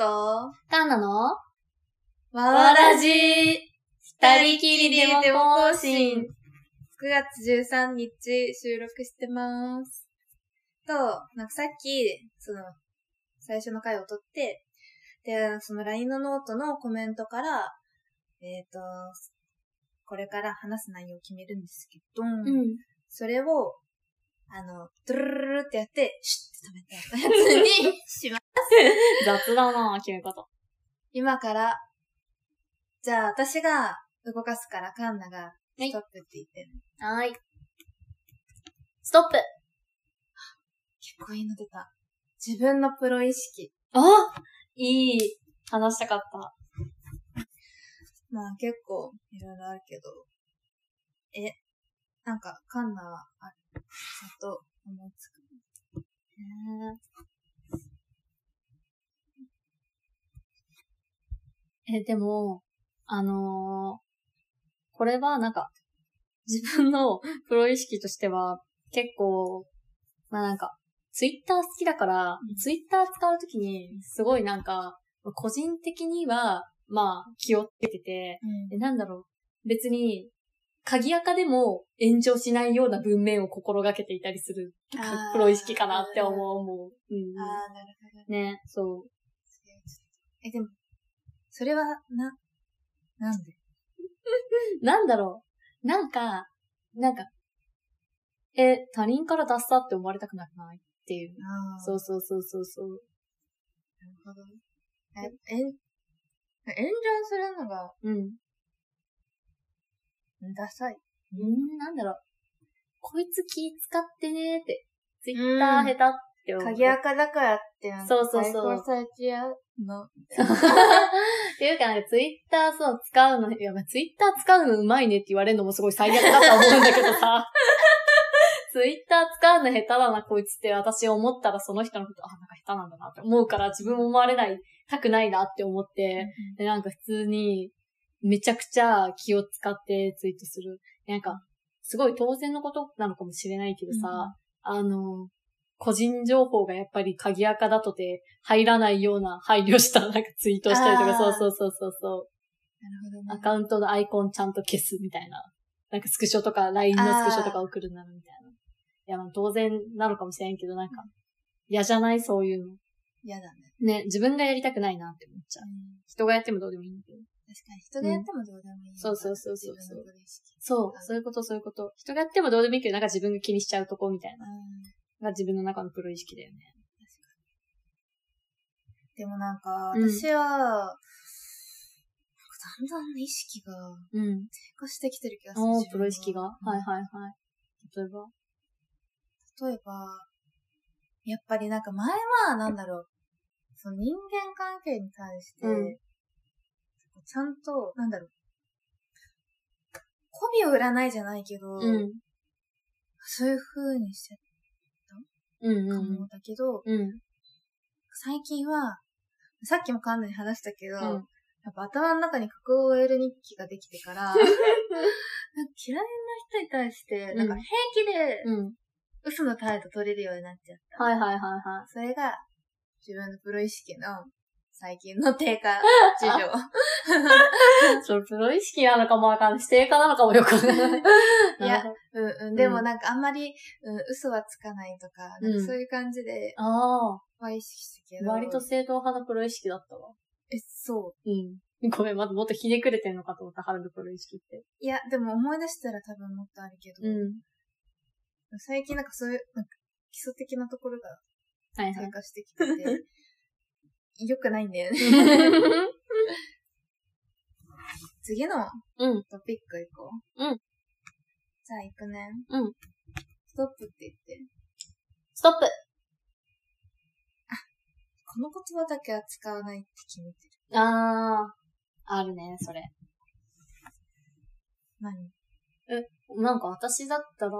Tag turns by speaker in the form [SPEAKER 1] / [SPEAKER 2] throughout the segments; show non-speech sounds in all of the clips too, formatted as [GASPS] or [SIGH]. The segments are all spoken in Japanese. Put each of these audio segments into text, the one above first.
[SPEAKER 1] なんなの
[SPEAKER 2] わ
[SPEAKER 1] じ
[SPEAKER 2] 二人きりでデモ更新。9月13日収録してます。と、なんかさっき、その、最初の回を撮って、で、その LINE のノートのコメントから、えっ、と、これから話す内容を決めるんですけど、
[SPEAKER 1] うん。
[SPEAKER 2] それを、あの、ドゥルルルルってやって、シュッて止めたやつにします。
[SPEAKER 1] 雑だな決め方。
[SPEAKER 2] 今から、じゃあ私が動かすからカンナがストップって言ってね、
[SPEAKER 1] はーい。ストップ
[SPEAKER 2] 結構いいの出た。自分のプロ意識。
[SPEAKER 1] あいい。話したかった。
[SPEAKER 2] まあ結構いろいろあるけど。え、なんかカンナはある。ちょっと思いつく。
[SPEAKER 1] え、でも、あのーこれはなんか、自分のプロ意識としては、結構、まあなんか、ツイッター好きだから、ツイッター使うときに、すごいなんか、個人的には、まあ、気をつけてて、
[SPEAKER 2] うん
[SPEAKER 1] えなんだろう、別に、鍵垢でも炎上しないような文面を心がけていたりする
[SPEAKER 2] あー
[SPEAKER 1] プロ意識かなって思う、思う。うん
[SPEAKER 2] ああ、なるほど。
[SPEAKER 1] ね、そう。
[SPEAKER 2] え、でも、それは、な、なんで
[SPEAKER 1] なんだろう。なんか、なんか、え、他人から出したって思われたくなくないっていう。
[SPEAKER 2] あ
[SPEAKER 1] そうそうそうそうそう。
[SPEAKER 2] なるほど。え、えん、炎上するのが、
[SPEAKER 1] うん。
[SPEAKER 2] ダサい。
[SPEAKER 1] うん、なんだろう。こいつ気使ってねーって。ツイッター下手って思う。
[SPEAKER 2] 鍵垢だからって、なんか
[SPEAKER 1] そうそうそう
[SPEAKER 2] 解放されちゃうの。
[SPEAKER 1] っていうか、なんかツイッターそう使うの、いや、まあ、ツイッター使うのうまいねって言われるのもすごい最悪だとは思うんだけどさ。ツイッター使うの下手だな、こいつって私思ったらその人のこと、あ、なんか下手なんだなって思うから自分も思われない、たくないなって思って、で、なんか普通にめちゃくちゃ気を使ってツイートする。なんか、すごい当然のことなのかもしれないけどさ、あの、個人情報がやっぱり鍵垢だとて入らないような配慮したなんかツイートしたりと
[SPEAKER 2] あ
[SPEAKER 1] か、
[SPEAKER 2] ー
[SPEAKER 1] そうそうそうそうそ
[SPEAKER 2] なるほど
[SPEAKER 1] う。ア
[SPEAKER 2] ね。
[SPEAKER 1] カウントのアイコンちゃんと消すみたいな。なんかスクショとか LINE のスクショとか送るならみたいな。いや、まあ当然なのかもしれんけど、なんか、嫌じゃないそういうの。
[SPEAKER 2] 嫌だね。
[SPEAKER 1] ね、自分がやりたくないなって思っちゃ
[SPEAKER 2] う
[SPEAKER 1] う。
[SPEAKER 2] ん
[SPEAKER 1] 人がやってもどうでもいいんだけど。
[SPEAKER 2] 確かに、人がやってもどうでもいいよな。
[SPEAKER 1] そうそうそうそう
[SPEAKER 2] 自分のプロ意識
[SPEAKER 1] そう、そういうことそういうこと。人がやってもどうでもいいけど、なんか自分が気にしちゃうとこみたいな。
[SPEAKER 2] うん
[SPEAKER 1] が自分の中のプロ意識だよね。
[SPEAKER 2] でもなんか、
[SPEAKER 1] うん
[SPEAKER 2] 私は、なんかだんだん意識が
[SPEAKER 1] うん。
[SPEAKER 2] 低下してきてる気がする。
[SPEAKER 1] お
[SPEAKER 2] 自
[SPEAKER 1] ー、
[SPEAKER 2] 分の
[SPEAKER 1] プロ意識が。
[SPEAKER 2] うん
[SPEAKER 1] はいはいはい。例えば。
[SPEAKER 2] 例えば、やっぱりなんか前は、なんだろう、その人間関係に対して、
[SPEAKER 1] うん
[SPEAKER 2] ちゃんと、なんだろう、媚びを売らないじゃないけど、
[SPEAKER 1] うん。
[SPEAKER 2] そういう風にして
[SPEAKER 1] うん
[SPEAKER 2] た
[SPEAKER 1] う
[SPEAKER 2] か
[SPEAKER 1] ん
[SPEAKER 2] もだけど、
[SPEAKER 1] うん。うん。
[SPEAKER 2] 最近は、さっきもカンナに話したけど、
[SPEAKER 1] うん
[SPEAKER 2] やっぱ頭の中に架空 OL 日記ができて
[SPEAKER 1] [LAUGHS]
[SPEAKER 2] から、なんか嫌いな人に対して、なんか平気で
[SPEAKER 1] うん。
[SPEAKER 2] 嘘の態度取れるようになっちゃった。
[SPEAKER 1] はいはいはいは
[SPEAKER 2] それが、自分のプロ意識の最近の低
[SPEAKER 1] [LAUGHS]
[SPEAKER 2] 下事情。
[SPEAKER 1] い。それプロ意識なのかもわかんない。否定化なのかもよくわかんない。
[SPEAKER 2] いや
[SPEAKER 1] なるほ
[SPEAKER 2] う
[SPEAKER 1] ど、
[SPEAKER 2] んうん、でもなんかあんまり、うん、嘘はつかないとか、なん
[SPEAKER 1] う
[SPEAKER 2] か
[SPEAKER 1] ん
[SPEAKER 2] そういう感じで、
[SPEAKER 1] あ
[SPEAKER 2] は意識してるけ
[SPEAKER 1] あ、
[SPEAKER 2] ど。
[SPEAKER 1] 割と正統派なプロ意識だったわ。
[SPEAKER 2] え、そう。
[SPEAKER 1] うん。ごめん、まだもっとひねくれてんのかと思った、春のプロ意識って。
[SPEAKER 2] いや、でも思い出したら多分もっとあるけど、
[SPEAKER 1] ん。
[SPEAKER 2] 最近なんかそういう、なんか基礎的なところが
[SPEAKER 1] はい
[SPEAKER 2] 低
[SPEAKER 1] はい。
[SPEAKER 2] 下してきてて、 [LAUGHS] 良くないんだよね。 [LAUGHS] 次の
[SPEAKER 1] うん。
[SPEAKER 2] トピック行こう。
[SPEAKER 1] うん。
[SPEAKER 2] じゃあ行くね。
[SPEAKER 1] うん。
[SPEAKER 2] ストップって言って。
[SPEAKER 1] ストップ
[SPEAKER 2] この言葉だけは使わないって決めてる。
[SPEAKER 1] ああ、あるね、それ。
[SPEAKER 2] 何
[SPEAKER 1] なんか私だったら、な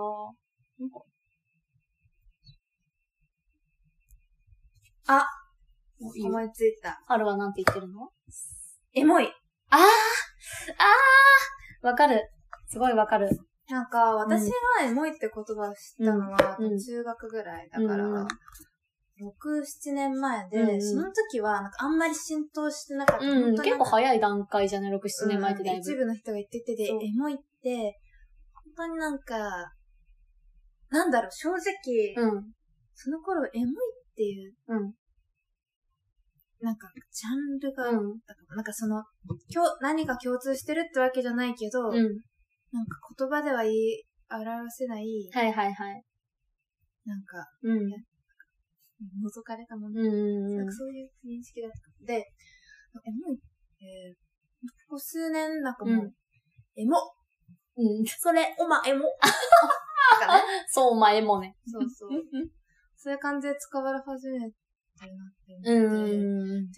[SPEAKER 1] んか。
[SPEAKER 2] あ
[SPEAKER 1] おいいよ
[SPEAKER 2] 思いついた。
[SPEAKER 1] 春はなんて言ってるの
[SPEAKER 2] エモい。
[SPEAKER 1] ああああわかる。すごいわかる。
[SPEAKER 2] なんか、私がエモいって言葉を知ったのは、
[SPEAKER 1] うんうん
[SPEAKER 2] 中学ぐらいだから、
[SPEAKER 1] うん
[SPEAKER 2] 6、7年前で、
[SPEAKER 1] うんうん
[SPEAKER 2] その時は、なんかあんまり浸透してなかった。
[SPEAKER 1] うん、
[SPEAKER 2] 本当に
[SPEAKER 1] 結
[SPEAKER 2] なん
[SPEAKER 1] 構
[SPEAKER 2] か
[SPEAKER 1] 早い段階じゃない ?6、7年前ってだ
[SPEAKER 2] うん
[SPEAKER 1] い
[SPEAKER 2] 一
[SPEAKER 1] ぶ。
[SPEAKER 2] 部の人が言っててで、
[SPEAKER 1] そう
[SPEAKER 2] エモいって、本当になんか、なんだろう、正直、
[SPEAKER 1] うん。
[SPEAKER 2] その頃、エモいっていう、
[SPEAKER 1] うん。
[SPEAKER 2] なんか、ジャンルが、
[SPEAKER 1] うん。
[SPEAKER 2] なんかその、今日、何か共通してるってわけじゃないけど、
[SPEAKER 1] うん。
[SPEAKER 2] なんか言葉では言い表せない、
[SPEAKER 1] はいはいはい。
[SPEAKER 2] なんか、
[SPEAKER 1] うん。
[SPEAKER 2] 覗かれたもの、
[SPEAKER 1] うん。う
[SPEAKER 2] なん
[SPEAKER 1] ん
[SPEAKER 2] かそういう認識だった。で、エモいって、ここ数年、なんかもう、
[SPEAKER 1] うん
[SPEAKER 2] エモ
[SPEAKER 1] うん。 [LAUGHS]
[SPEAKER 2] それ、おま、エモとかね
[SPEAKER 1] そう、お前もね。
[SPEAKER 2] そうそう。そういう感じで使われ始めてるなって思って。
[SPEAKER 1] うん。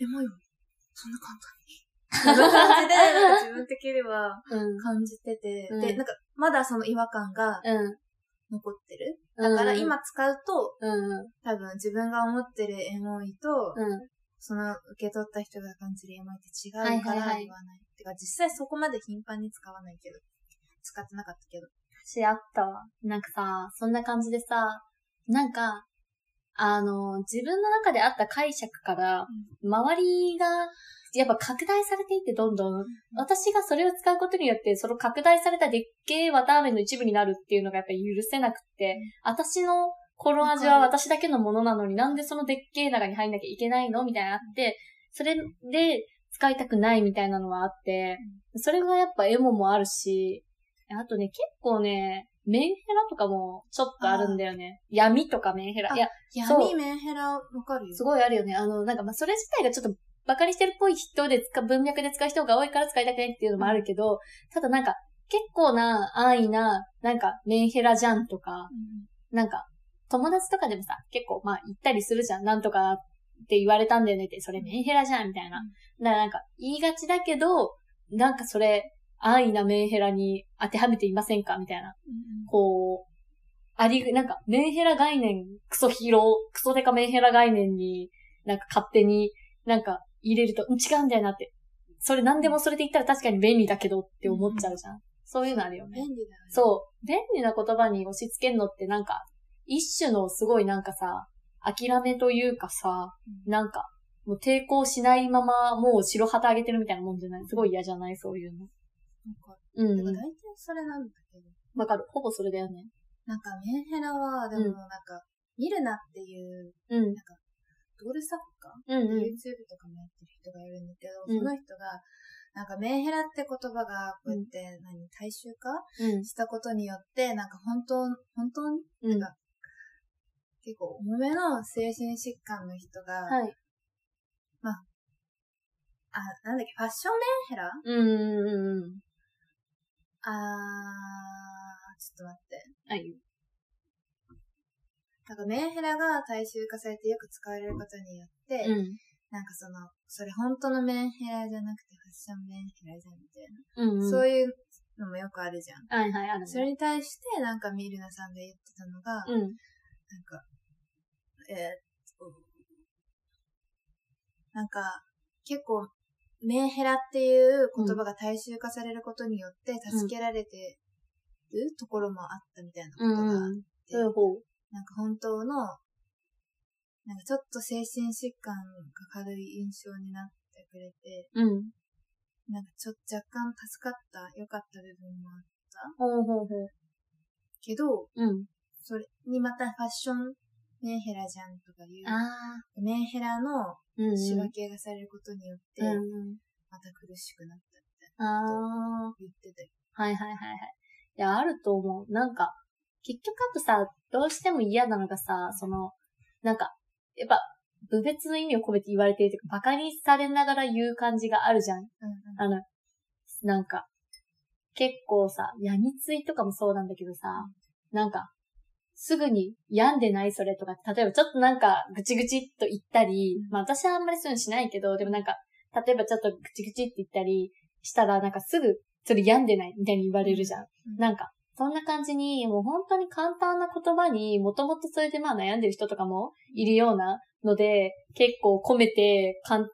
[SPEAKER 2] エモいよ。そんな簡単に。そんな感じで、 [LAUGHS] なんか自分的には
[SPEAKER 1] うん。
[SPEAKER 2] 感じてて、
[SPEAKER 1] うん
[SPEAKER 2] で、なんか、まだその違和感が
[SPEAKER 1] うん。
[SPEAKER 2] 残ってる。だから、今使うと、
[SPEAKER 1] うん。
[SPEAKER 2] 多分自分が思ってるエモいと、
[SPEAKER 1] うん。
[SPEAKER 2] その受け取った人が感じるエモいって違
[SPEAKER 1] はいう
[SPEAKER 2] から
[SPEAKER 1] はい
[SPEAKER 2] 言わ
[SPEAKER 1] は
[SPEAKER 2] ないい。てか、実際そこまで頻繁に使わないけど、使ってなかったけど。
[SPEAKER 1] 私あったわ。なんかさ、そんな感じでさ、なんか、あの、自分の中であった解釈から、周りが、やっぱ拡大されていってどんどん、私がそれを使うことによって、その拡大されたでっけえ綿あめの一部になるっていうのがやっぱり許せなくて、私のこの味
[SPEAKER 2] わ
[SPEAKER 1] は
[SPEAKER 2] か
[SPEAKER 1] 私だけのものなのになんでそのでっけえ中に入んなきゃいけないのみたいなのあって、それで使いたくないみたいなのはあって、それがやっぱエモもあるし、あとね、結構ね、メンヘラとかもちょっとあるんだよね。闇とかメンヘラ。
[SPEAKER 2] あ
[SPEAKER 1] いや、そう
[SPEAKER 2] 闇メンヘラわかるよ。
[SPEAKER 1] すごいあるよね。あの、なんかまあそれ自体がちょっとバカにしてるっぽい人で使う、文脈で使う人が多いから使いたくないっていうのもあるけど、ただなんか結構な安易な、なんかメンヘラじゃんとか、
[SPEAKER 2] うん
[SPEAKER 1] なんか、友達とかでもさ、結構、まあ、言ったりするじゃん。なんとかって言われたんだよねって、それメンヘラじゃん、みたいな。だからなんか、言いがちだけど、なんかそれ、安易なメンヘラに当てはめていませんかみたいな。
[SPEAKER 2] うん
[SPEAKER 1] こう、あり、なんか、メンヘラ概念、クソヒーロー、クソデカメンヘラ概念に、なんか勝手に、なんか、入れると、うん違うんだよなって。それ何でもそれで言ったら確かに便利だけどって思っちゃうじゃん。そういうのあるよね。
[SPEAKER 2] 便利だよね。
[SPEAKER 1] そう。便利な言葉に押し付けるのってなんか、一種のすごいなんかさ、諦めというかさ、
[SPEAKER 2] うん
[SPEAKER 1] なんか、もう抵抗しないままもう白旗あげてるみたいなもんじゃないすごい嫌じゃないそういうの。
[SPEAKER 2] なんか、
[SPEAKER 1] う
[SPEAKER 2] でも大
[SPEAKER 1] ん。
[SPEAKER 2] 体それなんだけど、
[SPEAKER 1] わかる。ほぼそれだよね。
[SPEAKER 2] なんかメンヘラは、でもなんか、見るなっていう、
[SPEAKER 1] うん。
[SPEAKER 2] なんか、ドル作家、
[SPEAKER 1] うんうん
[SPEAKER 2] YouTube とかもやってる人がいるんだけど、
[SPEAKER 1] うん
[SPEAKER 2] その人が、なんかメンヘラって言葉が、こうやって何、大衆化
[SPEAKER 1] うん。
[SPEAKER 2] したことによって、なんか本当、本当に
[SPEAKER 1] うん。
[SPEAKER 2] なんか結構重めの精神疾患の人が、
[SPEAKER 1] はい。
[SPEAKER 2] あ、なんだっけ、ファッションメンヘラ
[SPEAKER 1] うんうんうんうん。
[SPEAKER 2] あー、ちょっと待って。
[SPEAKER 1] あ、いいよ。
[SPEAKER 2] なんかメンヘラが大衆化されてよく使われることによって、
[SPEAKER 1] うん。
[SPEAKER 2] なんかその、それ本当のメンヘラじゃなくてファッションメンヘラじゃんみたいな、
[SPEAKER 1] うん、うん。
[SPEAKER 2] そう
[SPEAKER 1] いう。
[SPEAKER 2] いうのもよくあるじゃん。
[SPEAKER 1] はいはい、あるね。
[SPEAKER 2] それに対してなんかミルナさんが言ってたのが、なん
[SPEAKER 1] うん。
[SPEAKER 2] か、えーっと、なんか結構メンヘラっていう言葉が大衆化されることによって助けられてるところもあったみたいなこ
[SPEAKER 1] う
[SPEAKER 2] とがあって
[SPEAKER 1] んうん。そういう方。
[SPEAKER 2] なんか本当の、なんかちょっと精神疾患が軽い印象になってくれて、
[SPEAKER 1] うん。
[SPEAKER 2] なんかちょっと若干助かった、良かった部分もある
[SPEAKER 1] ほうほうほう。
[SPEAKER 2] けど、
[SPEAKER 1] うん。
[SPEAKER 2] それにまたファッションメンヘラじゃんとかい
[SPEAKER 1] あ
[SPEAKER 2] う、メンヘラの
[SPEAKER 1] ー。うん、うん。
[SPEAKER 2] 仕分けがされることによって、
[SPEAKER 1] うん
[SPEAKER 2] また苦しくなったみたい
[SPEAKER 1] うん。あー。
[SPEAKER 2] な言ってたよ。
[SPEAKER 1] はいはいはいはい。いや、あると思う。なんか、結局あとさ、どうしても嫌なのがさ、その、なんか、やっぱ、部別の意味を込めて言われてるというか、馬鹿にされながら言う感じがあるじゃん。
[SPEAKER 2] うんうん
[SPEAKER 1] あの、なんか、結構さ、闇ついとかもそうなんだけどさ、なんか、すぐに病んでないそれとか、例えばちょっとなんか、ぐちぐちっと言ったり、まあ私はあんまりそういうのしないけど、でもなんか、例えばちょっとぐちぐちって言ったりしたら、なんかすぐ、それ病んでないみたいに言われるじゃん。
[SPEAKER 2] うん
[SPEAKER 1] なんか、そんな感じに、もう本当に簡単な言葉に、もともとそれでまあ悩んでる人とかもいるようなので、結構込めて、かん、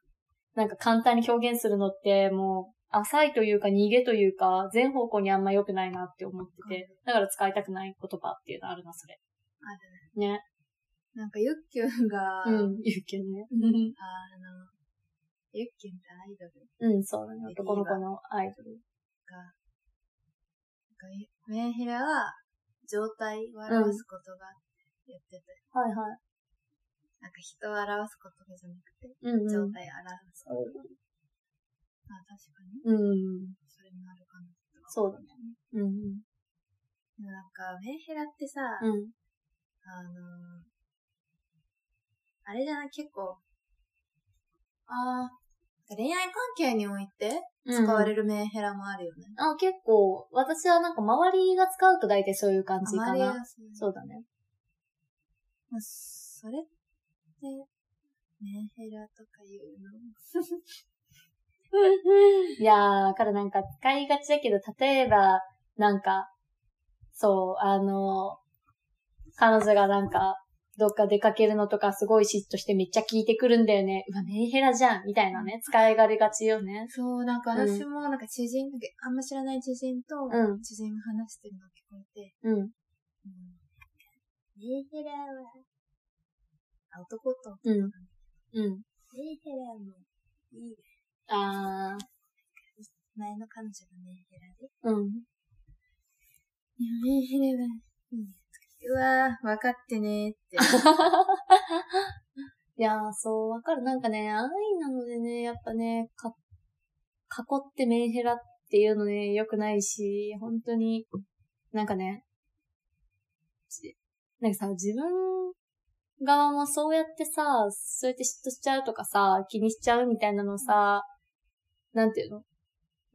[SPEAKER 1] なんか簡単に表現するのって、もう、浅いというか逃げというか、全方向にあんま良くないなって思ってて、だから使いたくない言葉っていうのあるな、それ。
[SPEAKER 2] あ
[SPEAKER 1] るね。
[SPEAKER 2] なんか、ゆっきゅんが、
[SPEAKER 1] う
[SPEAKER 2] あの、
[SPEAKER 1] ん、言うけど
[SPEAKER 2] [LAUGHS]
[SPEAKER 1] ね。
[SPEAKER 2] ゆっきゅんってアイドル
[SPEAKER 1] うん、そうだね。男の子のアイドル。
[SPEAKER 2] が、なんかメンヘラは、状態を表すことがって言ってて、
[SPEAKER 1] はいはい。
[SPEAKER 2] なんか人を表すことじゃなくて、
[SPEAKER 1] うん、
[SPEAKER 2] 状
[SPEAKER 1] うん。
[SPEAKER 2] 態を表す。まあ確かに、
[SPEAKER 1] うん、
[SPEAKER 2] それもあるかな。
[SPEAKER 1] そうだね。うん、
[SPEAKER 2] でもなんか、メンヘラってさ、
[SPEAKER 1] うん。うん。
[SPEAKER 2] あのー、あれじゃない結構、あー、恋愛関係において使われるメンヘラもあるよね。
[SPEAKER 1] あ、結構、私はなんか周りが使うと大体そういう感
[SPEAKER 2] あ
[SPEAKER 1] じ
[SPEAKER 2] ま
[SPEAKER 1] か
[SPEAKER 2] りは
[SPEAKER 1] な。
[SPEAKER 2] そう
[SPEAKER 1] そうだね。
[SPEAKER 2] まあ、それって、メンヘラとか言うの
[SPEAKER 1] いやー、わかる。なんか使いがちだけど、例えば、なんか、そう、あの、彼女がなんか、どっか出かけるのとかすごい嫉妬してめっちゃ聞いてくるんだよね。うわ、メンヘラじゃんみたいなね、使いがれがちよね。
[SPEAKER 2] そう、なんか
[SPEAKER 1] うん
[SPEAKER 2] 私も、なんか知人、あんま知らない知人と
[SPEAKER 1] うん、
[SPEAKER 2] 知人が話してるのを聞こえて、
[SPEAKER 1] うん、
[SPEAKER 2] うんメンヘラは、あ男と男、
[SPEAKER 1] うん、うん。
[SPEAKER 2] メンヘラもいいよ。
[SPEAKER 1] あー、
[SPEAKER 2] 前の彼女がメンヘラで。
[SPEAKER 1] うん。
[SPEAKER 2] いや、メンヘラはいいようわー、分かってねーって。
[SPEAKER 1] [LAUGHS] いやー、そう、わかる。なんかね、愛なのでね、やっぱね、か、囲ってメンヘラっていうのね、良くないし、本当に、なんかね、じなんかさ、自分側もそうやってさ、そうやって嫉妬しちゃうとかさ、気にしちゃうみたいなのさ、なんていうの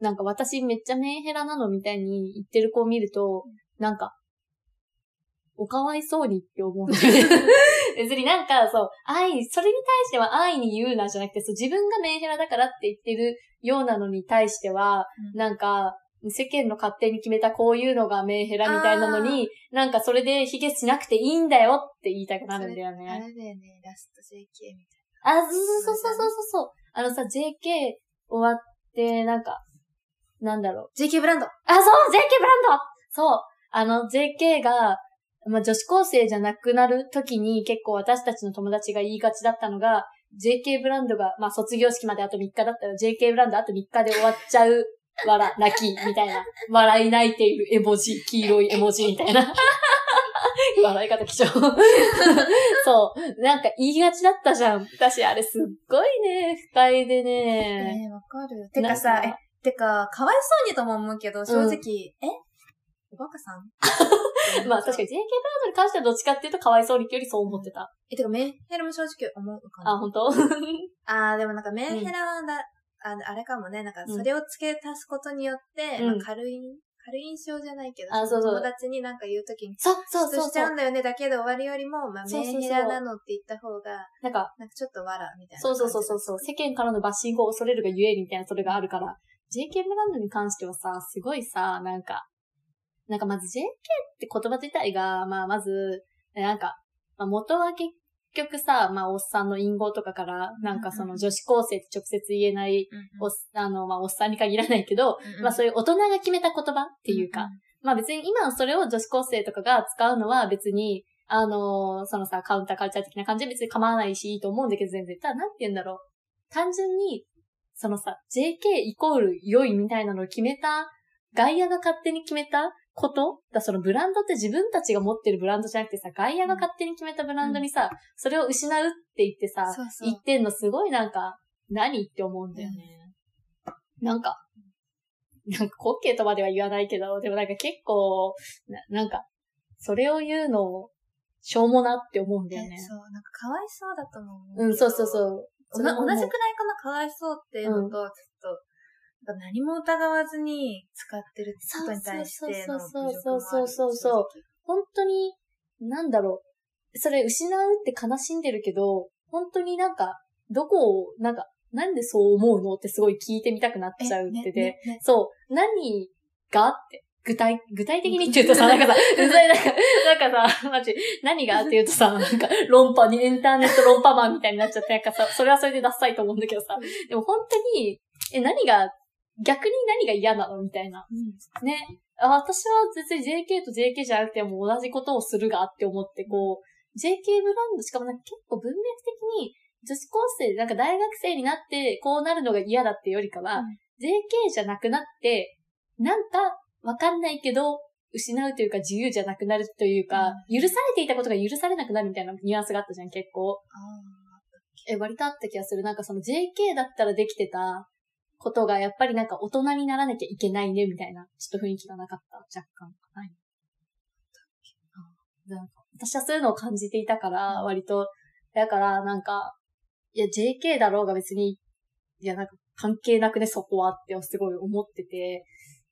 [SPEAKER 1] なんか私めっちゃメンヘラなのみたいに言ってる子を見ると、なんか、おかわいそうにって思うんだよね。別になんか、そう、愛、それに対しては愛に言うなじゃなくて、そう、自分がメンヘラだからって言ってるようなのに対しては、
[SPEAKER 2] うん
[SPEAKER 1] なんか、世間の勝手に決めたこういうのがメンヘラみたいなのに、なんかそれで卑下しなくていいんだよって言いたくなるんだよ
[SPEAKER 2] あ
[SPEAKER 1] ね。
[SPEAKER 2] れだよね、ラスト JK みたい
[SPEAKER 1] あ、そうそうそうそうそうそう。あのさ、JK 終わって、なんか、なんだろう。
[SPEAKER 2] な。JK ブランド
[SPEAKER 1] あ、そう !JK ブランドそうあの、JK が、まあ、女子高生じゃなくなる時に結構私たちの友達が言いがちだったのが、JK ブランドが、まあ、卒業式まであと3日だったら JK ブランドあと3日で終わっちゃう。笑、泣き、みたいな。笑い泣いている絵文字、黄色い絵文字みたいな。 [LAUGHS] 笑い方貴重。 [LAUGHS] そう。なんか言いがちだったじゃん。私、あれすっごいね、不快で
[SPEAKER 2] え
[SPEAKER 1] ね。
[SPEAKER 2] ー、わかる。てかさ、
[SPEAKER 1] なん
[SPEAKER 2] え、てか、かわいそうにとも思うけど、正直、えおバカさん
[SPEAKER 1] [LAUGHS] まあ確かに JK ブランドに関してはどっちかっていうとかわいそうにっていうよりそう思ってた。
[SPEAKER 2] え、てか、メンヘラも正直思うか
[SPEAKER 1] あ、
[SPEAKER 2] な。
[SPEAKER 1] 本当
[SPEAKER 2] あー、でもなんかメンヘラはだ、ああれかもね、なんか、
[SPEAKER 1] うん
[SPEAKER 2] それを付け足すことによって、
[SPEAKER 1] うん
[SPEAKER 2] まあ軽い、軽い印象じゃないけど、
[SPEAKER 1] あそうそう
[SPEAKER 2] 友達になんか言うときに、
[SPEAKER 1] そうそう
[SPEAKER 2] 嫉
[SPEAKER 1] そ
[SPEAKER 2] 妬
[SPEAKER 1] う
[SPEAKER 2] しち
[SPEAKER 1] そ
[SPEAKER 2] ゃう
[SPEAKER 1] う。
[SPEAKER 2] んだよね、だけで終わるよりも、まあ、
[SPEAKER 1] そうそう
[SPEAKER 2] メ
[SPEAKER 1] そう
[SPEAKER 2] ンヘラなのって言った方が、
[SPEAKER 1] なんか、
[SPEAKER 2] なんかちょっとわら、みたいな。
[SPEAKER 1] そうそうそうそうそう。世間からのバッシングを恐れるがゆえにみたいなそれがあるから。JK ブランドに関してはさ、すごいさ、なんか、なんかまず JK って言葉自体が、まあまず、なんか、まあ、元は結局さ、まあおっさんの隠語とかから、なんかその女子高生って直接言えない、
[SPEAKER 2] うんうん。
[SPEAKER 1] おっ、あの、まあおっさんに限らないけど、
[SPEAKER 2] うんうん
[SPEAKER 1] まあそういう大人が決めた言葉っていうか、まあ別に今それを女子高生とかが使うのは別に、あのーそのさ、カウンターカルチャー的な感じで別に構わないしいいと思うんだけど全然。ただなんて言うんだろう。単純に、そのさ、JK イコール良いみたいなのを決めた、外野が勝手に決めたことだそのブランドって自分たちが持ってるブランドじゃなくてさ、外野が勝手に決めたブランドにさ、それを失うって言ってさ、
[SPEAKER 2] そうそう
[SPEAKER 1] 言ってんのすごいなんか、何って思うんだよね。なんか、なんか滑稽とまでは言わないけど、でもなんか結構、ななんか、それを言うの、しょうもなって思うんだよね
[SPEAKER 2] え。そう、なんかかわいそうだとも思うけど。
[SPEAKER 1] うん、そうそうそう。
[SPEAKER 2] おな同じくらいかな、かわいそうっていうのと、ちょっと、なんか何も疑わずに使ってることに対しての侮辱もある
[SPEAKER 1] そうそうそうそうそうそう本当に、なんだろう。それ失うって悲しんでるけど、本当になんか、どこを、なんか、なんでそう思うのってすごい聞いてみたくなっ
[SPEAKER 2] え
[SPEAKER 1] ちゃうってて。
[SPEAKER 2] ねねね
[SPEAKER 1] そう、何がって、具体、具体的にって言うとさ、なんか [LAUGHS] さ、うざい、なんか、なんかさ、マジ、何がって言うと [LAUGHS] さ、なんか、論破に、インターネット論破マンみたいになっちゃって、なんかさ、それはそれでダサいと思うんだけどさ、でも本当に、え、何が、逆に何が嫌なのみたいな。
[SPEAKER 2] うん
[SPEAKER 1] ね。あ私は別に JK と JK じゃなくてもう同じことをするがって思って、こう、 JK ブランド、しかもなんか結構文脈的に、女子高生、なんか大学生になって、こうなるのが嫌だっていうよりかは、
[SPEAKER 2] うん
[SPEAKER 1] JK じゃなくなって、なんか、わかんないけど、失うというか自由じゃなくなるというか、許されていたことが許されなくなるみたいなニュアンスがあったじゃん、結構。え、割とあった気がする。なんかその JK だったらできてたことが、やっぱりなんか大人にならなきゃいけないね、みたいな、ちょっと雰囲気がなかった。若干。ないあなんか私はそういうのを感じていたから、割と、だからなんか、いや、JK だろうが別に、いや、なんか関係なくね、そこはってすごい思ってて、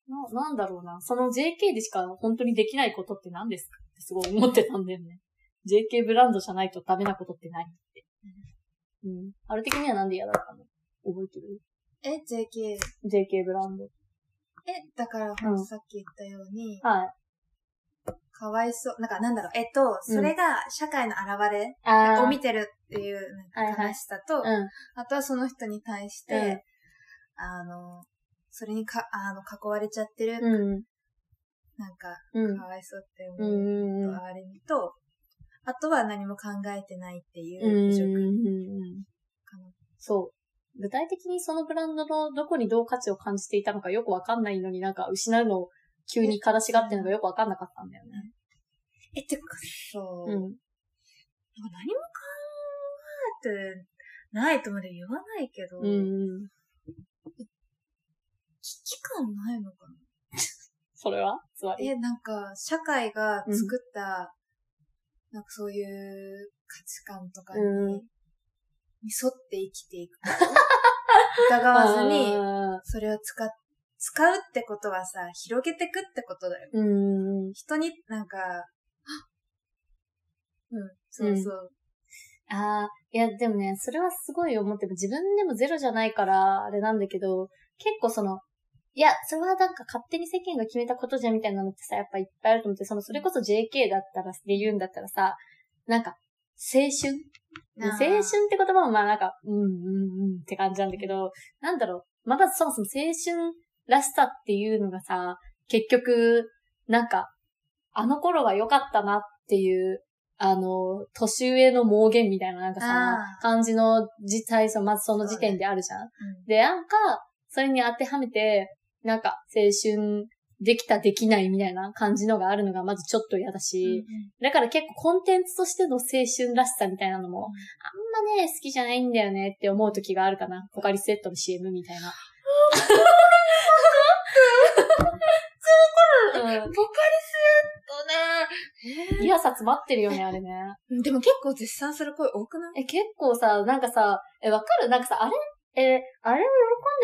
[SPEAKER 1] な、なんだろうな。その JK でしか本当にできないことって何ですかってすごい思ってたんだよね。JK ブランドじゃないとダメなことってないって。うん。あれ的にはなんで嫌だったの覚えてる
[SPEAKER 2] え、JK。
[SPEAKER 1] ?JK ブランド。
[SPEAKER 2] え、だからほんとさっき言ったように、
[SPEAKER 1] はい。
[SPEAKER 2] かわいそう。なんかなんだろう、えっと、それが社会の現れ
[SPEAKER 1] あ
[SPEAKER 2] を見てるっていうなんか悲しさと、
[SPEAKER 1] うん。
[SPEAKER 2] あとはその人に対して、あの、それにか、あの、囲われちゃってる、
[SPEAKER 1] うん。
[SPEAKER 2] なんか、
[SPEAKER 1] うん。
[SPEAKER 2] かわいそうって
[SPEAKER 1] う。
[SPEAKER 2] 思うん
[SPEAKER 1] うん。
[SPEAKER 2] とあれみと、あとは何も考えてないっていうう状況
[SPEAKER 1] ん。
[SPEAKER 2] かな。
[SPEAKER 1] そう。具体的にそのブランドのどこにどう価値を感じていたのかよくわかんないのになんか失うのを急に悲しがってるのがよくわかんなかったんだよね。
[SPEAKER 2] え、てか、そう、
[SPEAKER 1] う
[SPEAKER 2] なんか
[SPEAKER 1] ん。
[SPEAKER 2] 何も考えてないとまで言わないけど、
[SPEAKER 1] うん。
[SPEAKER 2] 危機感ないのかな
[SPEAKER 1] それはつまり。
[SPEAKER 2] え、なんか、社会が作った、なんかそういう価値観とかに、
[SPEAKER 1] うん
[SPEAKER 2] に沿って生きて
[SPEAKER 1] [LAUGHS]
[SPEAKER 2] いくこと。疑わずに、
[SPEAKER 1] あ
[SPEAKER 2] それを使っ、使うってことはさ、広げてくってことだよ。
[SPEAKER 1] ーうん。
[SPEAKER 2] 人に、なんか、 [GASPS] あうん、そうそう。
[SPEAKER 1] ああ、いや、でもね、それはすごい思っても、自分でもゼロじゃないから、あれなんだけど、結構その、いや、それはなんか勝手に世間が決めたことじゃみたいなのってさ、やっぱいっぱいあると思って、その、それこそ JK だったら、で言うんだったらさ、なんか、青春青
[SPEAKER 2] あー
[SPEAKER 1] 春って言葉もまあなんか、うんうんうんって感じなんだけど、なんだろう、まだそもそも青春らしさっていうのがさ、結局、なんか、あの頃は良かったなっていう、あの、年上の盲言みたいななんかさ
[SPEAKER 2] あ、ー
[SPEAKER 1] 感じの時体、そのまずその時点であるじゃん。で、なんか、それに当てはめて、なんか、青春できたできないみたいな感じのがあるのがまずちょっと嫌だ
[SPEAKER 2] うん
[SPEAKER 1] し、だから結構コンテンツとしての青春らしさみたいなのも、あんまね、好きじゃないんだよねって思う時があるかな。ポカリスエットの CM みたいな。
[SPEAKER 2] うんポ
[SPEAKER 1] [LAUGHS]
[SPEAKER 2] カリスエット
[SPEAKER 1] うん。いや、さ詰まってるよね、あれね。
[SPEAKER 2] ね。でも結構絶賛する声多くない
[SPEAKER 1] え、結構さ、なんかさ、え、わかるなんかさ、あれえ、あれを喜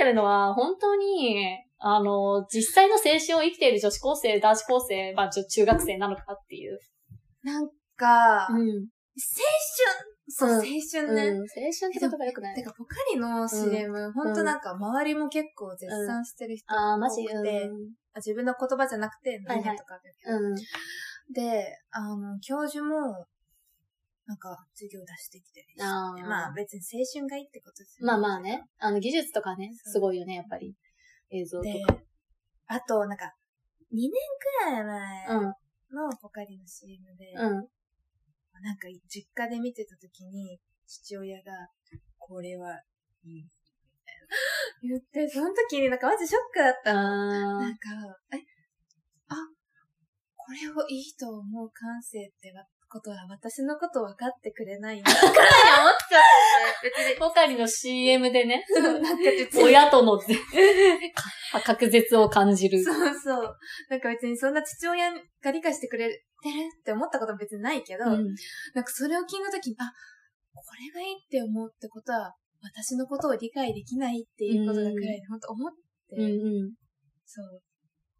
[SPEAKER 1] んでるのは、本当に、あの、実際の青春を生きている女子高生、男子高生、まあ、ちょ中学生なのかっていう。
[SPEAKER 2] なんか、青春
[SPEAKER 1] ん。
[SPEAKER 2] そう、
[SPEAKER 1] うん
[SPEAKER 2] 青春ね。
[SPEAKER 1] うん、青春って言葉良くない
[SPEAKER 2] てか、ポカリの CM、ほんとなんか、周りも結構絶賛してる人、
[SPEAKER 1] あー、マジ
[SPEAKER 2] 多くて
[SPEAKER 1] う
[SPEAKER 2] あ自分の言葉じゃなくて、
[SPEAKER 1] はい
[SPEAKER 2] 何
[SPEAKER 1] はい
[SPEAKER 2] 々とかだけど、
[SPEAKER 1] ん。うん。
[SPEAKER 2] で、あの、教授も、なんか、授業出してきてるし、
[SPEAKER 1] あー
[SPEAKER 2] まあ別に青春がいいってことです
[SPEAKER 1] まあまあね。。あの、技術とかね、
[SPEAKER 2] そう
[SPEAKER 1] すごいよね、やっぱり。映像と
[SPEAKER 2] で
[SPEAKER 1] か。、
[SPEAKER 2] あと、なんか、2年くらい前
[SPEAKER 1] うん、
[SPEAKER 2] のポカリの CM で、
[SPEAKER 1] うん。
[SPEAKER 2] なんか、実家で見てた時に、父親が、これはいい。みたいな [LAUGHS] 言って、その時になんかマジショックだったの。
[SPEAKER 1] あ
[SPEAKER 2] な
[SPEAKER 1] ー
[SPEAKER 2] んか、え、あ、これをいいと思う感性ってわことは私のこと分かってくれないんだ。くらいに思っちゃって、別に。
[SPEAKER 1] ポカリの CM でね、
[SPEAKER 2] そうなんか別に。
[SPEAKER 1] [LAUGHS] 親とのか隔絶を感じる。
[SPEAKER 2] そうそう。なんか別にそんな父親が理解してくれてるって思ったことも別にないけど、
[SPEAKER 1] うん
[SPEAKER 2] なんかそれを聞いた時に、あ、これがいいって思うってことは、私のことを理解できないっていうことだくらいに、本当思って、
[SPEAKER 1] うんうん。
[SPEAKER 2] そう。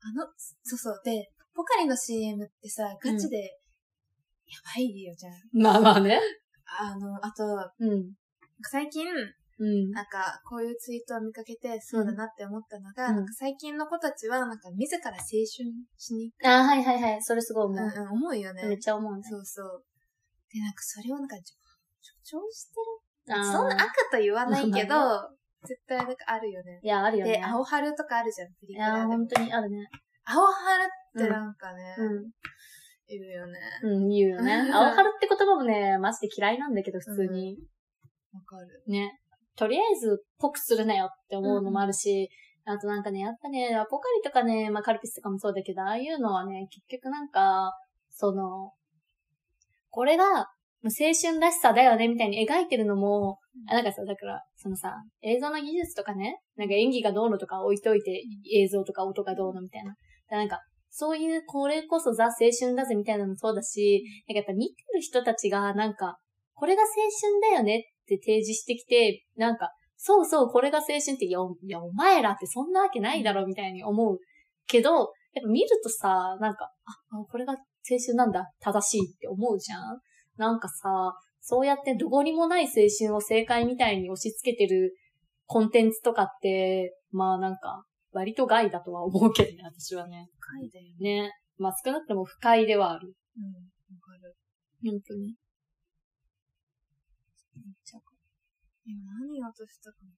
[SPEAKER 2] あの、そうそう。で、ポカリの CM ってさ、ガチで、やばいよじゃん。
[SPEAKER 1] まあまあね。
[SPEAKER 2] あの、あと、
[SPEAKER 1] うん。
[SPEAKER 2] 最近、
[SPEAKER 1] うん。
[SPEAKER 2] なんか、こういうツイートを見かけて、そうだなって思ったのが、
[SPEAKER 1] うん
[SPEAKER 2] なんか最近の子たちは、なんか自ら青春しに
[SPEAKER 1] あーはいはいはい。それすごい思
[SPEAKER 2] 行く、う
[SPEAKER 1] う。
[SPEAKER 2] んうん、思うよね。
[SPEAKER 1] めっちゃ思うね。
[SPEAKER 2] そうそう。で、なんかそれをなんか、助長して
[SPEAKER 1] あ
[SPEAKER 2] る。
[SPEAKER 1] ー
[SPEAKER 2] そんな悪と言わないけど
[SPEAKER 1] ま、
[SPEAKER 2] 絶対なんかあるよね。
[SPEAKER 1] いや、あるよ
[SPEAKER 2] で、
[SPEAKER 1] ね。
[SPEAKER 2] 青春とかあるじゃん、プリ
[SPEAKER 1] い
[SPEAKER 2] クラ
[SPEAKER 1] や、
[SPEAKER 2] でも
[SPEAKER 1] 本当にあるね。
[SPEAKER 2] 青春ってなんかね、
[SPEAKER 1] うん。
[SPEAKER 2] いるよね。
[SPEAKER 1] うん、言う
[SPEAKER 2] [LAUGHS]
[SPEAKER 1] よね。青春って言葉もね、マジで嫌いなんだけど、普通に。
[SPEAKER 2] わかる。
[SPEAKER 1] ね。とりあえず、ぽくするなよって思うのもあるし、あとなんかね、やっぱね、アポカリとかね、まあカルピスとかもそうだけど、ああいうのはね、結局なんか、その、これが、もう青春らしさだよね、みたいに描いてるのも、あなんかさ、だから、そのさ、映像の技術とかね、なんか演技がどうのとか置いといて、映像とか音がどうのみたいな。でなんか、そういう、これこそザ青春だぜみたいなのもそうだし、なんかやっぱ見てる人たちが、なんか、これが青春だよねって提示してきて、なんか、そうそう、これが青春って、いや、おいやお前らってそんなわけないだろ、みたいに思うけど、やっぱ見るとさ、なんか、あ、あこれが青春なんだ、正しいって思うじゃんなんかさ、そうやってどこにもない青春を正解みたいに押し付けてるコンテンツとかって、まあなんか、割と害だとは思うけどね、私はね。
[SPEAKER 2] 深いだよね。
[SPEAKER 1] ね。まあ少なくとも不快ではある。
[SPEAKER 2] うん、わかる。
[SPEAKER 1] 本当に。
[SPEAKER 2] めっちゃわかる。今何を落としたかな。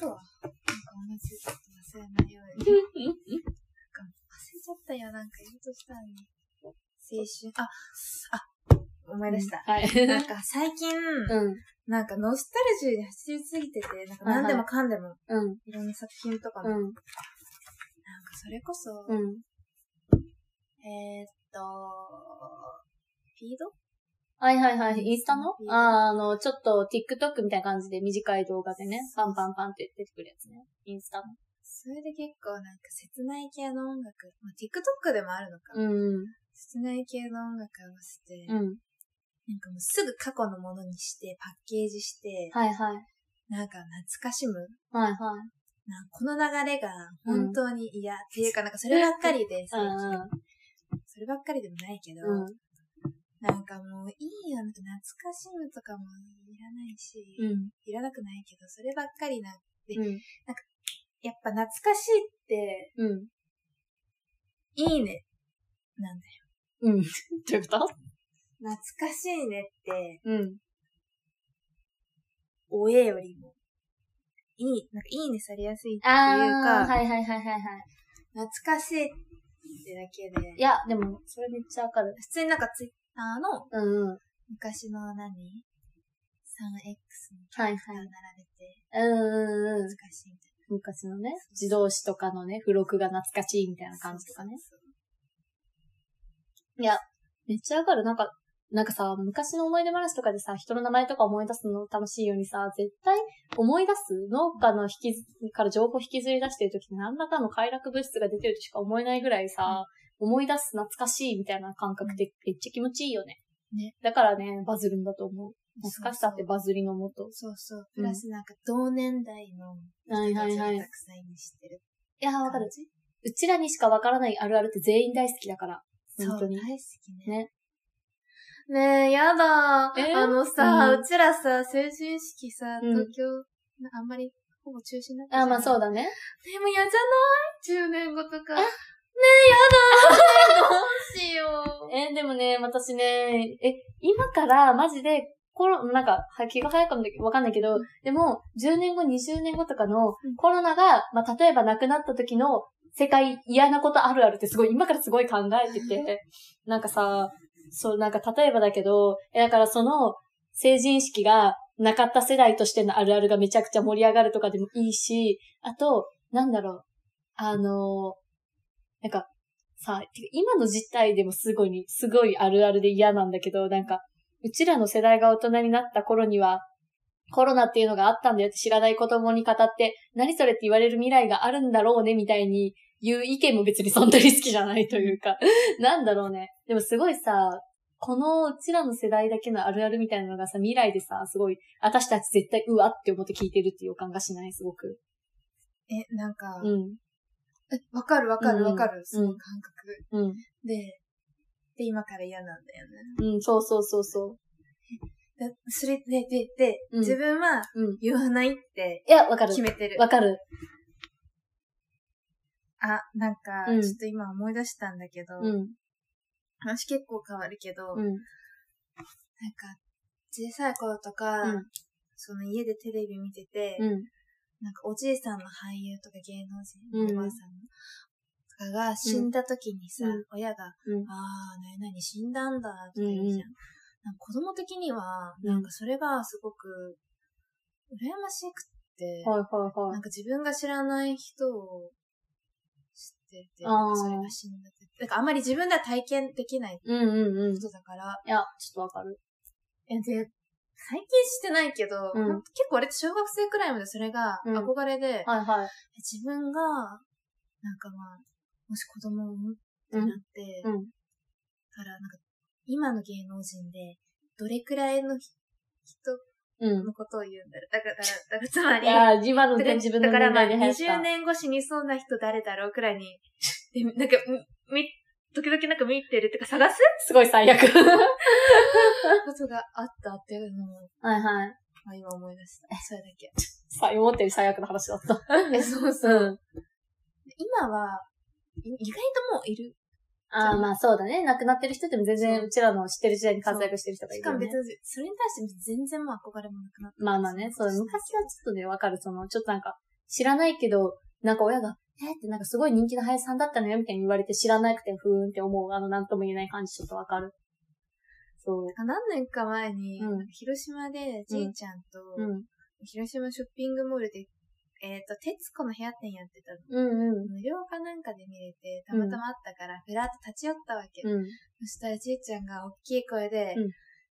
[SPEAKER 2] 今日は、なんか同じこと忘れないように。なんか忘れちゃったよ、なんか言おうとしたのに。青春、あ、あ、思い出した。
[SPEAKER 1] はい。 [LAUGHS]
[SPEAKER 2] なんか最近、
[SPEAKER 1] うん。
[SPEAKER 2] なんかノスタルジーに走りすぎてて、なんか何でもかんでも、
[SPEAKER 1] うん。
[SPEAKER 2] いろんな作品とかも、
[SPEAKER 1] う
[SPEAKER 2] なんか
[SPEAKER 1] ん。
[SPEAKER 2] それこそ、
[SPEAKER 1] うん。
[SPEAKER 2] えー、っと、フィード
[SPEAKER 1] はいはいはい。インスタの
[SPEAKER 2] うん
[SPEAKER 1] あーあの、ちょっと TikTok みたいな感じで短い動画でね、パンパンパンって出てくるやつね。インスタの。
[SPEAKER 2] それで結構なんか切ない系の音楽、まあ、TikTok でもあるのか、
[SPEAKER 1] うん。
[SPEAKER 2] 切ない系の音楽合わせて、
[SPEAKER 1] うん。
[SPEAKER 2] なんかもうすぐ過去のものにして、パッケージして、
[SPEAKER 1] はいはい。
[SPEAKER 2] なんか懐かしむ。
[SPEAKER 1] はいはい。
[SPEAKER 2] なんかこの流れが
[SPEAKER 1] うん
[SPEAKER 2] 本当に嫌、っていうかなんかそればっかりで、
[SPEAKER 1] う
[SPEAKER 2] 最近
[SPEAKER 1] ん
[SPEAKER 2] そればっかりでもないけど、
[SPEAKER 1] うん。
[SPEAKER 2] なんかもういいよ、なんか懐かしむとかもいらないし、
[SPEAKER 1] うん。
[SPEAKER 2] いらなくないけど、そればっかりな、
[SPEAKER 1] うん。
[SPEAKER 2] やっぱ懐かしいって
[SPEAKER 1] うん。
[SPEAKER 2] いいね、なんだよ。
[SPEAKER 1] うん。 [LAUGHS] どういうこと
[SPEAKER 2] 懐かしいねって、
[SPEAKER 1] うん。
[SPEAKER 2] おえよりも、いい、なんかいいねされやすいっていう
[SPEAKER 1] あ
[SPEAKER 2] か、
[SPEAKER 1] あ、はいはいはいはいはい。
[SPEAKER 2] 懐かしいってだけで
[SPEAKER 1] い、や、でも、それめっちゃわかる。
[SPEAKER 2] 普通になんかツイッターの
[SPEAKER 1] うんうん。
[SPEAKER 2] 昔の何 ?3X の
[SPEAKER 1] はいは
[SPEAKER 2] 並
[SPEAKER 1] い。
[SPEAKER 2] べて、
[SPEAKER 1] うんうん
[SPEAKER 2] 懐
[SPEAKER 1] うん。
[SPEAKER 2] かしいみたい
[SPEAKER 1] 昔のね、自動詞とかのね、付録が懐かしいみたいな
[SPEAKER 2] な
[SPEAKER 1] 感じとかね。
[SPEAKER 2] そうそう
[SPEAKER 1] いや、めっちゃわかる。なんか、なんかさ、昔の思い出話とかでさ、人の名前とか思い出すの楽しいようにさ、絶対思い出す農家の引きず、から情報引きずり出してる時って何らかの快楽物質が出てるとしか思えないぐらいさ、思い出す懐かしいみたいな感覚ってめっちゃ気持ちいいよね。
[SPEAKER 2] ね。
[SPEAKER 1] だからね、バズるんだと思う。
[SPEAKER 2] そう
[SPEAKER 1] 懐かしさってバズりのもと。
[SPEAKER 2] そうそう。プラスなんか同年代の
[SPEAKER 1] はいはいはい
[SPEAKER 2] 人たちをたくさんにしてる
[SPEAKER 1] いやー、わか
[SPEAKER 2] 感
[SPEAKER 1] る。
[SPEAKER 2] じ。
[SPEAKER 1] うちらにしかわからないあるあるって全員大好きだから。本当に
[SPEAKER 2] そう、大好きね。
[SPEAKER 1] ね。
[SPEAKER 2] ねえ、やだー、
[SPEAKER 1] えー
[SPEAKER 2] あのさ、
[SPEAKER 1] うん
[SPEAKER 2] うちらさ、成人式さ、
[SPEAKER 1] うん
[SPEAKER 2] 東京、あんまり、ほぼ中止になった
[SPEAKER 1] あー、まあそ
[SPEAKER 2] だ。
[SPEAKER 1] うだね。
[SPEAKER 2] でも嫌じゃない ?10 年後とか。ねえ、やだーどうしよ
[SPEAKER 1] えーでもね、私ね、え、今からマジで、コロ、なんか、は気が早いかもだけどわかんないけど、でも、10年後、20年後とかの
[SPEAKER 2] うん
[SPEAKER 1] コロナが、まあ、例えばなくなった時の世界嫌なことあるあるってすごい、今からすごい考えてて、なんかさ、そう、なんか例えばだけど、え、だからその、成人式がなかった世代としてのあるあるがめちゃくちゃ盛り上がるとかでもいいし、あと、なんだろう、あのなんか、さ、てか今の実態でもすごいに、すごいあるあるで嫌なんだけど、なんか、うちらの世代が大人になった頃には、コロナっていうのがあったんだよって知らない子供に語って、何それって言われる未来があるんだろうね、みたいに言う意見も別にそんなに好きじゃないというか、 [LAUGHS] なんだろうね。でもすごいさ、このうちらの世代だけのあるあるみたいなのがさ、未来でさ、すごい、私たち絶対うわって思って聞いてるっていう予感がしない、すごく。
[SPEAKER 2] う。え、なんか、
[SPEAKER 1] うん。
[SPEAKER 2] えわかるわかるわかる、その感覚。
[SPEAKER 1] うん。
[SPEAKER 2] で、で、今から嫌なんだよ
[SPEAKER 1] うん、そうそうそうそ
[SPEAKER 2] ね。で、それで、で、で、
[SPEAKER 1] うん
[SPEAKER 2] 自分は
[SPEAKER 1] う。うん。
[SPEAKER 2] 言わないって
[SPEAKER 1] いや、わかる
[SPEAKER 2] 決。めてる。
[SPEAKER 1] わかる。
[SPEAKER 2] あ、なんか、
[SPEAKER 1] うん
[SPEAKER 2] ちょっと今思い出したんだけど、
[SPEAKER 1] うん。
[SPEAKER 2] 話結構変わるけど、なんか、
[SPEAKER 1] うん。
[SPEAKER 2] 小さい頃とか、
[SPEAKER 1] うん
[SPEAKER 2] その家でテレビ見てて、
[SPEAKER 1] うん。
[SPEAKER 2] なんかおじいさんの俳優とか芸能人、
[SPEAKER 1] うん
[SPEAKER 2] おばあさんのかが死んだ時にさ、
[SPEAKER 1] うん
[SPEAKER 2] 親が、
[SPEAKER 1] うん
[SPEAKER 2] ああ、何々死んだんだ、とか言う
[SPEAKER 1] うんう
[SPEAKER 2] じゃん。
[SPEAKER 1] ん
[SPEAKER 2] なんか子供的には、
[SPEAKER 1] うん
[SPEAKER 2] なんかそれがすごく、羨ましくって、
[SPEAKER 1] はいはいは
[SPEAKER 2] ないん。か自分が知らない人を知ってて、
[SPEAKER 1] あー
[SPEAKER 2] なんかそれが死んだって。なんかあんまり自分では体験できない
[SPEAKER 1] うんうんうん。い
[SPEAKER 2] ことだから、
[SPEAKER 1] や、ちょっとわかる。
[SPEAKER 2] え、で、最近してないけど、
[SPEAKER 1] うん
[SPEAKER 2] ほんと結構あれって小学生くらいまでそれが
[SPEAKER 1] うん
[SPEAKER 2] 憧れで、
[SPEAKER 1] はいはい。
[SPEAKER 2] 自分が、なんかまあ、もし子供を産むってなって、
[SPEAKER 1] うんうん
[SPEAKER 2] から、なんか、今の芸能人で、どれくらいの人
[SPEAKER 1] うん。
[SPEAKER 2] のことを言うんだろう。だから、だから、だからつま
[SPEAKER 1] い
[SPEAKER 2] り、
[SPEAKER 1] や、今の
[SPEAKER 2] だから
[SPEAKER 1] 自分の
[SPEAKER 2] だから
[SPEAKER 1] 年
[SPEAKER 2] まあ、
[SPEAKER 1] 代で流行っ
[SPEAKER 2] 20
[SPEAKER 1] た。
[SPEAKER 2] 年越しにそうな人誰だろうくらいに、でなんか、み、み時々なんか見てるってか探す
[SPEAKER 1] すごい最悪。 [LAUGHS]
[SPEAKER 2] ことがあったっていうのを、
[SPEAKER 1] はいはい。
[SPEAKER 2] まあ今思い出した。それだけ。
[SPEAKER 1] さ、思ったより最悪の話だった。 [LAUGHS]
[SPEAKER 2] え、そうそう。
[SPEAKER 1] うん。
[SPEAKER 2] 今は、い意外ともういる。
[SPEAKER 1] ああ、まあそうだね。亡くなってる人でも全然
[SPEAKER 2] そう
[SPEAKER 1] うちらの知ってる時代に活躍してる人がい
[SPEAKER 2] し
[SPEAKER 1] る
[SPEAKER 2] か
[SPEAKER 1] よ
[SPEAKER 2] も
[SPEAKER 1] ね
[SPEAKER 2] 別。に、それに対して全然もう憧れもなくなった。
[SPEAKER 1] まあまあね、そう、昔はちょっとね、わかる。その、ちょっとなんか、知らないけど、なんか親が、えーってなんかすごい人気の俳優さんだったのよ、みたいに言われて知らなくて、ふーんって思う。あの、なんとも言えない感じ、ちょっとわかる。そう。
[SPEAKER 2] 何年か前に、
[SPEAKER 1] うん
[SPEAKER 2] なんか広島でじいちゃんと、
[SPEAKER 1] うん。
[SPEAKER 2] 広島ショッピングモールで、えっ、と、徹子の部屋店やってたの。
[SPEAKER 1] うんうん。
[SPEAKER 2] 無料かなんかで見れて、たまたまあったから、ふらっと立ち寄ったわけ。
[SPEAKER 1] うん。
[SPEAKER 2] そしたらじいちゃんが大きい声で、
[SPEAKER 1] うん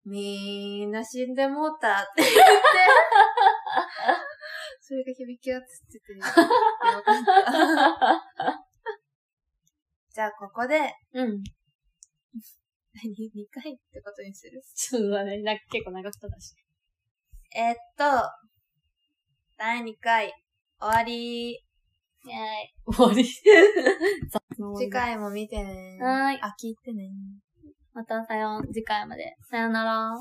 [SPEAKER 2] みーんな死んでもうたって言
[SPEAKER 1] [LAUGHS]
[SPEAKER 2] って、それが響き渡ってて、よ
[SPEAKER 1] [LAUGHS]
[SPEAKER 2] かった。じゃあここで、
[SPEAKER 1] [LAUGHS] うん。
[SPEAKER 2] 何 ?2 回ってことにする
[SPEAKER 1] ちょっとだね、なんか結構長くただし。
[SPEAKER 2] えーっと、第2回、終わり。
[SPEAKER 1] イェーイ。終 [LAUGHS] わり。
[SPEAKER 2] 次回も見てね。
[SPEAKER 1] はーい。
[SPEAKER 2] あ、聞いてね。
[SPEAKER 1] またさよう、次回まで。さよなら。